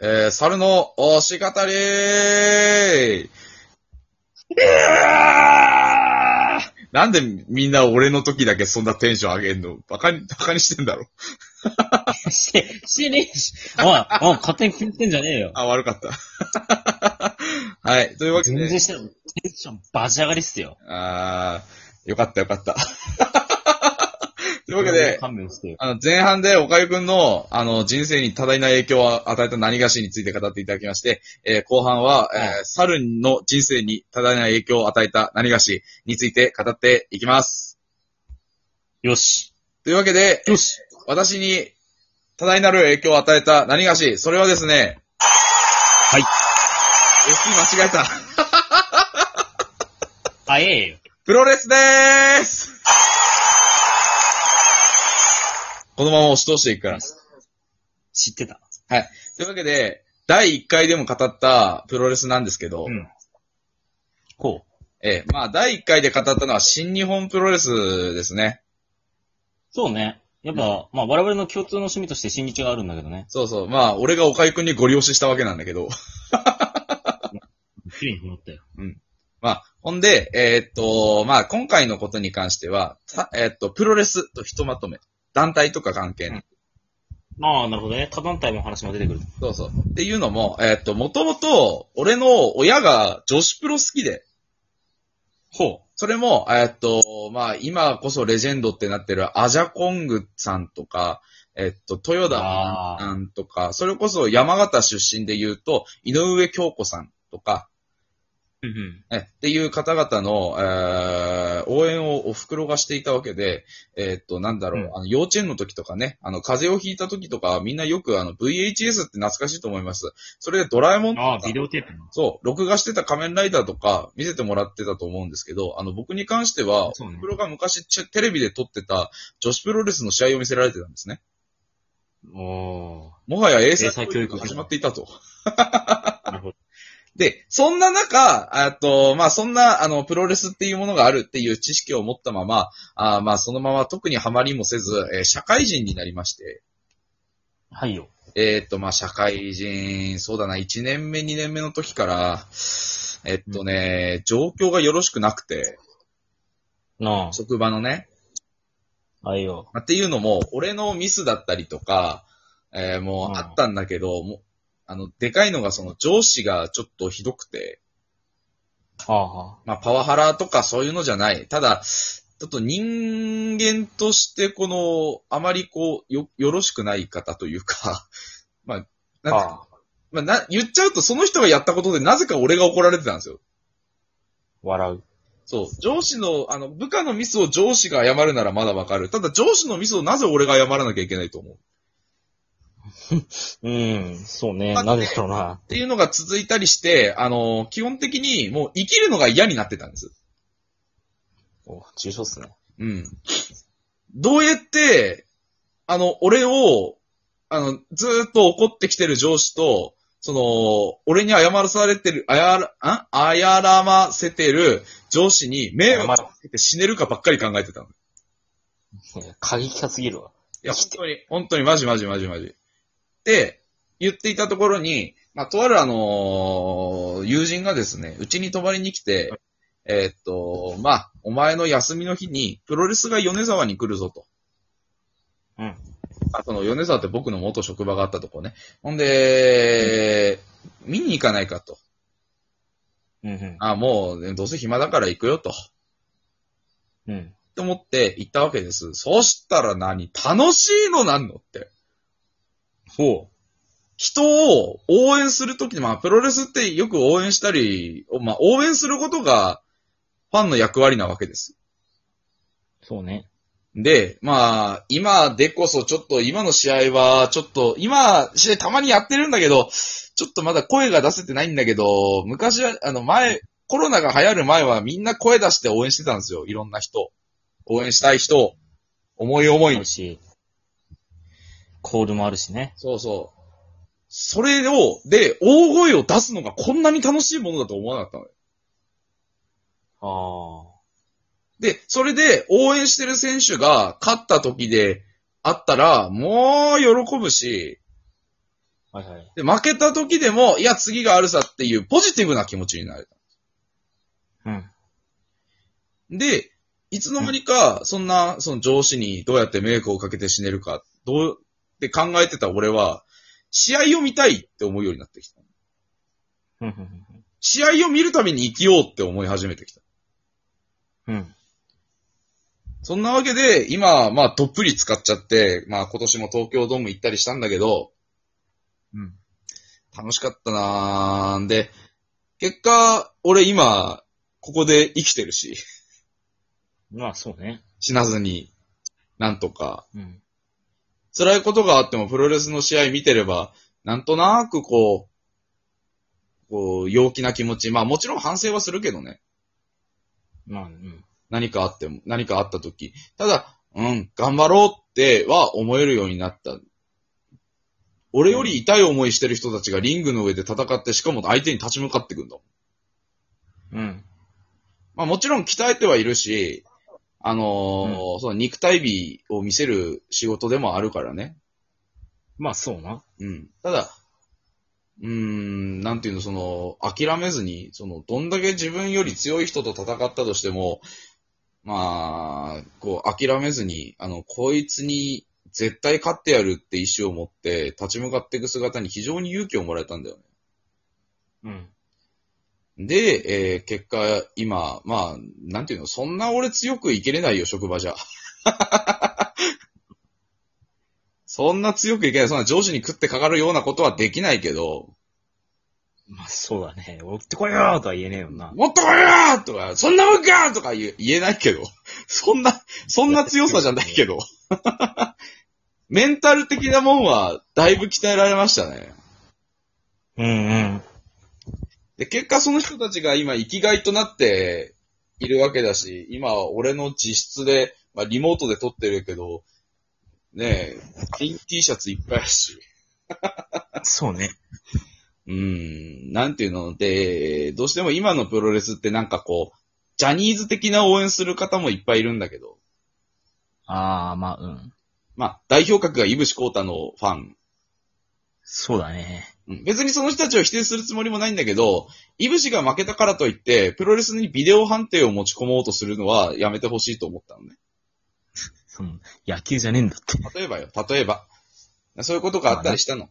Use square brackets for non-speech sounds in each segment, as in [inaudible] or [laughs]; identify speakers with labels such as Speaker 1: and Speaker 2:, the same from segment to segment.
Speaker 1: えー、猿の推し語りなんでみんな俺の時だけそんなテンション上げんのバカに、バカにしてんだろ。 [laughs]
Speaker 2: [laughs] して、してねえし。おい、おい、勝手に決めてんじゃねえよ。
Speaker 1: あ、悪かった。 [laughs] はい。というわけ
Speaker 2: 全
Speaker 1: で、
Speaker 2: 然してない。テンションバチ上がりっすよ。
Speaker 1: あー、よかったよかった。 [laughs] というわけで、
Speaker 2: 勘弁してよ。
Speaker 1: あの、前半でおかゆくんの、あの、人生に多大な影響を与えた何がしについて語っていただきまして、えー後半は、えー猿の人生に多大な影響を与えた何がしについて語っていきます。
Speaker 2: よし。
Speaker 1: というわけで、
Speaker 2: よし。
Speaker 1: 私に多大なる影響を与えた何がし、それはですね、
Speaker 2: はい。
Speaker 1: SP 間違えた。
Speaker 2: 早えよ。
Speaker 1: プロレスでーすこのまま押し通していくから。
Speaker 2: 知ってた。
Speaker 1: というわけで、第1回でも語ったプロレスなんですけど、
Speaker 2: うん。こう。
Speaker 1: ええ、まあ、第1回で語ったのは新日本プロレスですね。
Speaker 2: そうね。やっぱ、まあ我々の共通の趣味として新日があるんだけどね。
Speaker 1: そうそう。まあ、俺が岡井くんにご利用ししたわけなんだけど。 [laughs]
Speaker 2: 綺麗に決まったよ。
Speaker 1: まあ、ほんで、えーっと、まあ、今回のことに関しては、たえーっと、プロレスとひとまとめ。団体とか関係ない。
Speaker 2: ああ、なるほどね。他団体の話も出てくる。
Speaker 1: そうそう。っていうのも、えーっと、もともと、俺の親が女子プロ好きで、
Speaker 2: ほ
Speaker 1: それも、えーっと、まあ、今こそレジェンドってなってるアジャコングさんとか、えーっと、豊田
Speaker 2: あー
Speaker 1: さんとか、それこそ山形出身で言うと、井上京子さんとか、
Speaker 2: う。うん
Speaker 1: えっていう方々の、えー応援をお袋がしていたわけで、えーっと、なんだろう、
Speaker 2: うん
Speaker 1: あの、幼稚園の時とかね、あの、風邪をひいた時とか、みんなよくあの、VHS って懐かしいと思います。それでドラえもんとか
Speaker 2: ああ、ビデオテープな。
Speaker 1: そう、録画してた仮面ライダーとか見せてもらってたと思うんですけど、あの、僕に関しては、
Speaker 2: そうね
Speaker 1: プロが昔ちテレビで撮ってた女子プロレスの試合を見せられてたんですね。
Speaker 2: お
Speaker 1: もはや英
Speaker 2: 英
Speaker 1: 才
Speaker 2: 才
Speaker 1: 教
Speaker 2: 教
Speaker 1: 育
Speaker 2: 育
Speaker 1: が始まっていたと。
Speaker 2: ー。なるほど。
Speaker 1: で、そんな中、えっと、まあ、そんな、あの、プロレスっていうものがあるっていう知識を持ったまま、あーまあ、そのまま特にハマりもせず、えー社会人になりまして、
Speaker 2: はいよ。
Speaker 1: えーっと、まあ、社会人、そうだな、1年目、2年目の時から、えっとね、状況がよろしくなくて、
Speaker 2: な
Speaker 1: 職場のね、
Speaker 2: あ。はいよ。
Speaker 1: まあっていうのも、俺のミスだったりとか、えーも
Speaker 2: う
Speaker 1: うんあったんだけど、もうあの、でかいのがその上司がちょっとひどくて、
Speaker 2: はあは
Speaker 1: まあパワハラとかそういうのじゃない。ただ、ちょっと人間としてこの、あまりこう、よ、よろしくない方というか、 [laughs] まあ、
Speaker 2: あ。
Speaker 1: なんて
Speaker 2: ああ。
Speaker 1: まあ、な、言っちゃうとその人がやったことでなぜか俺が怒られてたんですよ。
Speaker 2: 笑う。
Speaker 1: そう。上司の、あの、部下のミスを上司が謝るならまだわかる。ただ上司のミスをなぜ俺が謝らなきゃいけないと思う
Speaker 2: うん、そうね。
Speaker 1: あ
Speaker 2: なんでだろうな
Speaker 1: っ。ていうのが続いたりして、あの、基本的にもう生きるのが嫌になってたんです。
Speaker 2: お、重症っすね。
Speaker 1: うん。どうやって、あの、俺を、あの、ずーっと怒ってきてる上司と、その、俺に謝らされてる、あやら、んあやらませてる上司に迷惑かけて死ねるかばっかり考えてたの。い
Speaker 2: いや過激化すぎるわ。
Speaker 1: や、本当に、本当にマジマジマジマジ。って言っていたところに、まあ、とあるあのー友人がですね、うちに泊まりに来て、えーっと、まあ、お前の休みの日に、プロレスが米沢に来るぞと。
Speaker 2: うん。
Speaker 1: あ、その米沢って僕の元職場があったとこね。ほんで、見に行かないかと。
Speaker 2: うんうん。
Speaker 1: あ、もう、どうせ暇だから行くよと。
Speaker 2: うん。
Speaker 1: と思って行ったわけです。そしたら何楽しいのなんのって。
Speaker 2: ほ
Speaker 1: 人を応援するときに、まあ、プロレスってよく応援したり、まあ、応援することがファンの役割なわけです。
Speaker 2: う。そうね。
Speaker 1: で、まあ、今でこそちょっと、今の試合は、ちょっと、今、試合たまにやってるんだけど、ちょっとまだ声が出せてないんだけど、昔は、あの、前、コロナが流行る前はみんな声出して応援してたんですよ。いろんな人。応援したい人。思い思い
Speaker 2: あ
Speaker 1: に
Speaker 2: る。し、コールもあるしね。
Speaker 1: そうそう。それを、で、大声を出すのがこんなに楽しいものだと思わなかったのよ。
Speaker 2: ああ。
Speaker 1: で、それで応援してる選手が勝った時であったら、もう喜ぶし、
Speaker 2: あはいはい。
Speaker 1: で、負けた時でも、いや、次があるさっていうポジティブな気持ちになれた。
Speaker 2: うん。
Speaker 1: で、いつの間にか、そんな、その上司にどうやって迷惑をかけて死ねるか、どう、って考えてた俺は、試合を見たいって思うようになってきた。
Speaker 2: うんうん
Speaker 1: 試合を見るために生きようって思い始めてきた。
Speaker 2: うん。うん。
Speaker 1: そんなわけで、今、まあ、どっぷり使っちゃって、まあ、今年も東京ドーム行ったりしたんだけど、
Speaker 2: うん。
Speaker 1: 楽しかったなーで、結果、俺今、ここで生きてるし、
Speaker 2: まあそうね。
Speaker 1: 死なずに、なんとか、
Speaker 2: うん。
Speaker 1: 辛いことがあってもプロレスの試合見てれば、なんとなくこう、こう、陽気な気持ち、まあもちろん反省はするけどね。
Speaker 2: まあ、うん。
Speaker 1: 何かあっても、何かあった時。ただ、うん、頑張ろうっては思えるようになった。俺より痛い思いしてる人たちがリングの上で戦って、しかも相手に立ち向かってくんだもん。
Speaker 2: うん。
Speaker 1: まあもちろん鍛えてはいるし、あのーその肉体美を見せる仕事でもあるからね。
Speaker 2: まあそうな。
Speaker 1: うん。ただ、うーん、なんていうの、その、諦めずに、その、どんだけ自分より強い人と戦ったとしても、まあ、こう、諦めずに、あの、こいつに絶対勝ってやるって意思を持って立ち向かっていく姿に非常に勇気をもらえたんだよね。
Speaker 2: うん。
Speaker 1: で、えー結果、今、まあ、なんていうの、そんな俺強くいけれないよ、職場じゃ。 [laughs] そんな強くいけない。そんな上司に食ってかかるようなことはできないけど、
Speaker 2: まあそうだね。追ってこいよーとは言えねえよな。
Speaker 1: もっと来いよとか、そんなもんかとか言え言えないけど、そんな、そんな強さじゃないけど。 [laughs] メンタル的なもんは、だいぶ鍛えられましたね。
Speaker 2: うんうん。
Speaker 1: で、結果その人たちが今生きがいとなっているわけだし、今は俺の自室で、まあリモートで撮ってるけど、ねえ、ピン T シャツいっぱいあるし。
Speaker 2: そうね。
Speaker 1: うーん、なんていうので、どうしても今のプロレスってなんかこう、ジャニーズ的な応援する方もいっぱいいるんだけど、
Speaker 2: ああ、まあうん。
Speaker 1: まあ代表格がイブシコータのファン。
Speaker 2: そうだね。
Speaker 1: うん別にその人たちを否定するつもりもないんだけど、イブシが負けたからといって、プロレスにビデオ判定を持ち込もうとするのはやめてほしいと思ったのね。
Speaker 2: その、野球じゃねえんだって。
Speaker 1: 例えばよ、例えば。そういうことがあったりしたの。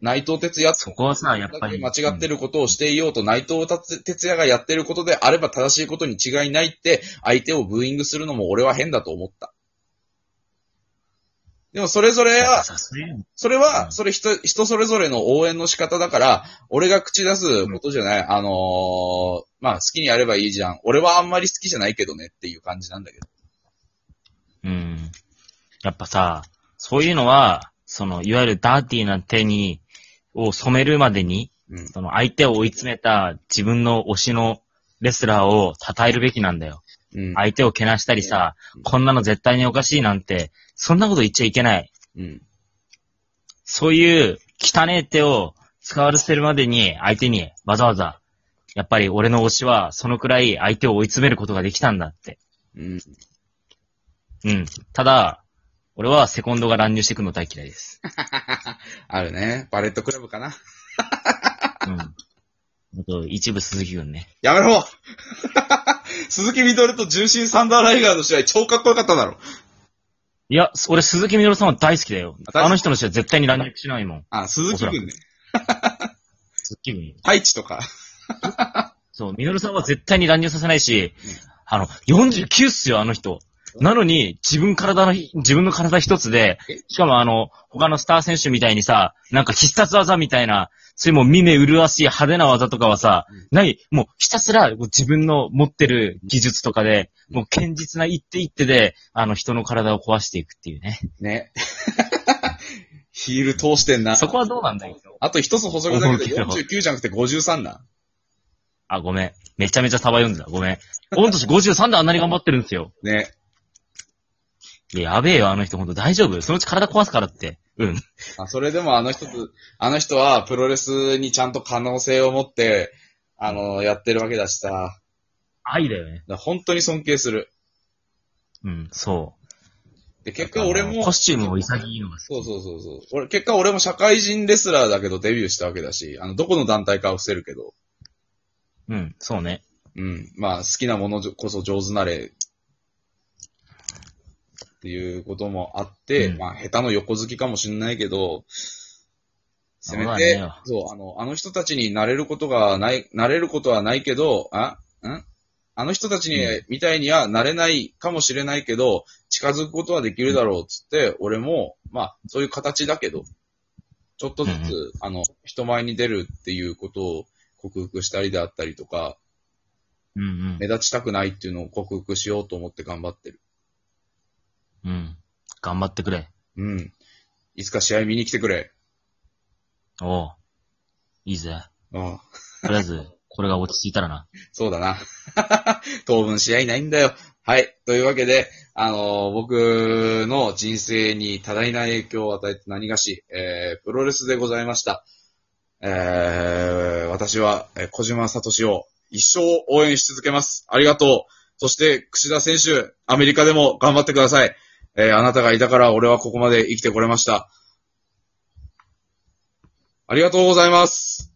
Speaker 1: 内藤哲也
Speaker 2: そこはさ、やっぱ
Speaker 1: だけ
Speaker 2: り。
Speaker 1: 間違ってることをしていようと、内藤哲也がやってることであれば正しいことに違いないって、相手をブーイングするのも俺は変だと思った。でもそれぞれ
Speaker 2: うん。
Speaker 1: は、
Speaker 2: さすがに
Speaker 1: それ
Speaker 2: う
Speaker 1: は、
Speaker 2: ん
Speaker 1: それ人、人それぞれの応援の仕方だから、俺が口出すことじゃない、あのーまあ、好きにやればいいじゃん。俺はあんまり好きじゃないけどねっていう感じなんだけど。
Speaker 2: うん。やっぱさ、そういうのは、その、いわゆるダーティーな手に、を染めるまでに、
Speaker 1: うん。
Speaker 2: その相手を追い詰めた自分の推しのレスラーを称えるべきなんだよ。
Speaker 1: うん。
Speaker 2: 相手をけなしたりさ
Speaker 1: うん、
Speaker 2: こんなの絶対におかしいなんて、そんなこと言っちゃいけない。
Speaker 1: うん。
Speaker 2: そういう汚え手を使わせるまでに相手にわざわざ、やっぱり俺の推しはそのくらい相手を追い詰めることができたんだって。
Speaker 1: うん。
Speaker 2: うん。ただ、俺はセコンドが乱入してくるの大嫌いです。
Speaker 1: あるね。バレットクラブかな。
Speaker 2: うん。あと、一部鈴木軍ね。
Speaker 1: やめろ [laughs] 鈴木みどると重心サンダーライガーの試合超かっこよかっただろ。
Speaker 2: いや、俺鈴木みのるさんは大好きだよ。
Speaker 1: あ大好き
Speaker 2: あの人の試合絶対に乱入しないもん。
Speaker 1: あ、鈴木君ね。
Speaker 2: 鈴木軍。
Speaker 1: ハイチとか。
Speaker 2: そう、ミノルさんは絶対に乱入させないし、あの、49っすよ、あの人。なのに、自分体の、自分の体一つで
Speaker 1: え、
Speaker 2: しかもあの、他のスター選手みたいにさ、なんか必殺技みたいな、そういうもう見目麗しい派手な技とかはさ
Speaker 1: うん、
Speaker 2: ない、もうひたすらもう自分の持ってる技術とかで、もう堅実な一手一手で、あの人の体を壊していくっていうね。
Speaker 1: ね。 [laughs] ヒール通してんな。
Speaker 2: そこはどうなんだけど。
Speaker 1: あと一つ補足だけど、
Speaker 2: 思う
Speaker 1: 49じゃなくて53な。
Speaker 2: あ、ごめん。めちゃめちゃサバ読んでた。ごめん。御年53であんな [laughs] に頑張ってるんですよ。
Speaker 1: ね。
Speaker 2: いや、やべえよ、あの人、ほんと大丈夫そのうち体壊すからって。うん。
Speaker 1: あそれでもあの人と、あの人はプロレスにちゃんと可能性を持って、あの、やってるわけだしさ。だか
Speaker 2: 愛だよね。
Speaker 1: ら本当に尊敬する。
Speaker 2: うん、そ
Speaker 1: で、結果俺
Speaker 2: あの
Speaker 1: も
Speaker 2: コ、スチュームを潔いのが好き。
Speaker 1: そうそうそうそう。俺、結果俺も社会人レスラーだけどデビューしたわけだし、あの、どこの団体かは伏せるけど、
Speaker 2: うん、そうね。
Speaker 1: うん。まあ、好きなものこそ上手なれ、っていうこともあって、
Speaker 2: うん
Speaker 1: まあ、下手の横好きかもしんないけど、せめ
Speaker 2: まあ
Speaker 1: て、
Speaker 2: ね
Speaker 1: そう、あの、あの人たちになれることがない、なれることはないけど、あ、んあの人たちに、
Speaker 2: う
Speaker 1: みたいにはなれないかもしれないけど、近づくことはできるだろうっつって、俺も、まあ、そういう形だけど、ちょっとずつ、
Speaker 2: う
Speaker 1: あの、人前に出るっていうことを克服したりであったりとか、
Speaker 2: うん
Speaker 1: 目立ちたくないっていうのを克服しようと思って頑張ってる。
Speaker 2: うん。うん。頑張ってくれ。
Speaker 1: うん。いつか試合見に来てくれ。
Speaker 2: おう。いいぜ。
Speaker 1: ああ
Speaker 2: とりあえず、これが落ち着いたらな。
Speaker 1: そうだな。 [laughs] 当分試合ないんだよ。はい。というわけで、あのー僕の人生に多大な影響を与えて何がし、えー、プロレスでございました。えー、私は、えー小島聡を一生応援し続けます。ありがとう。そして、櫛田選手、アメリカでも頑張ってください。えー、あなたがいたから俺はここまで生きてこれました。ありがとうございます。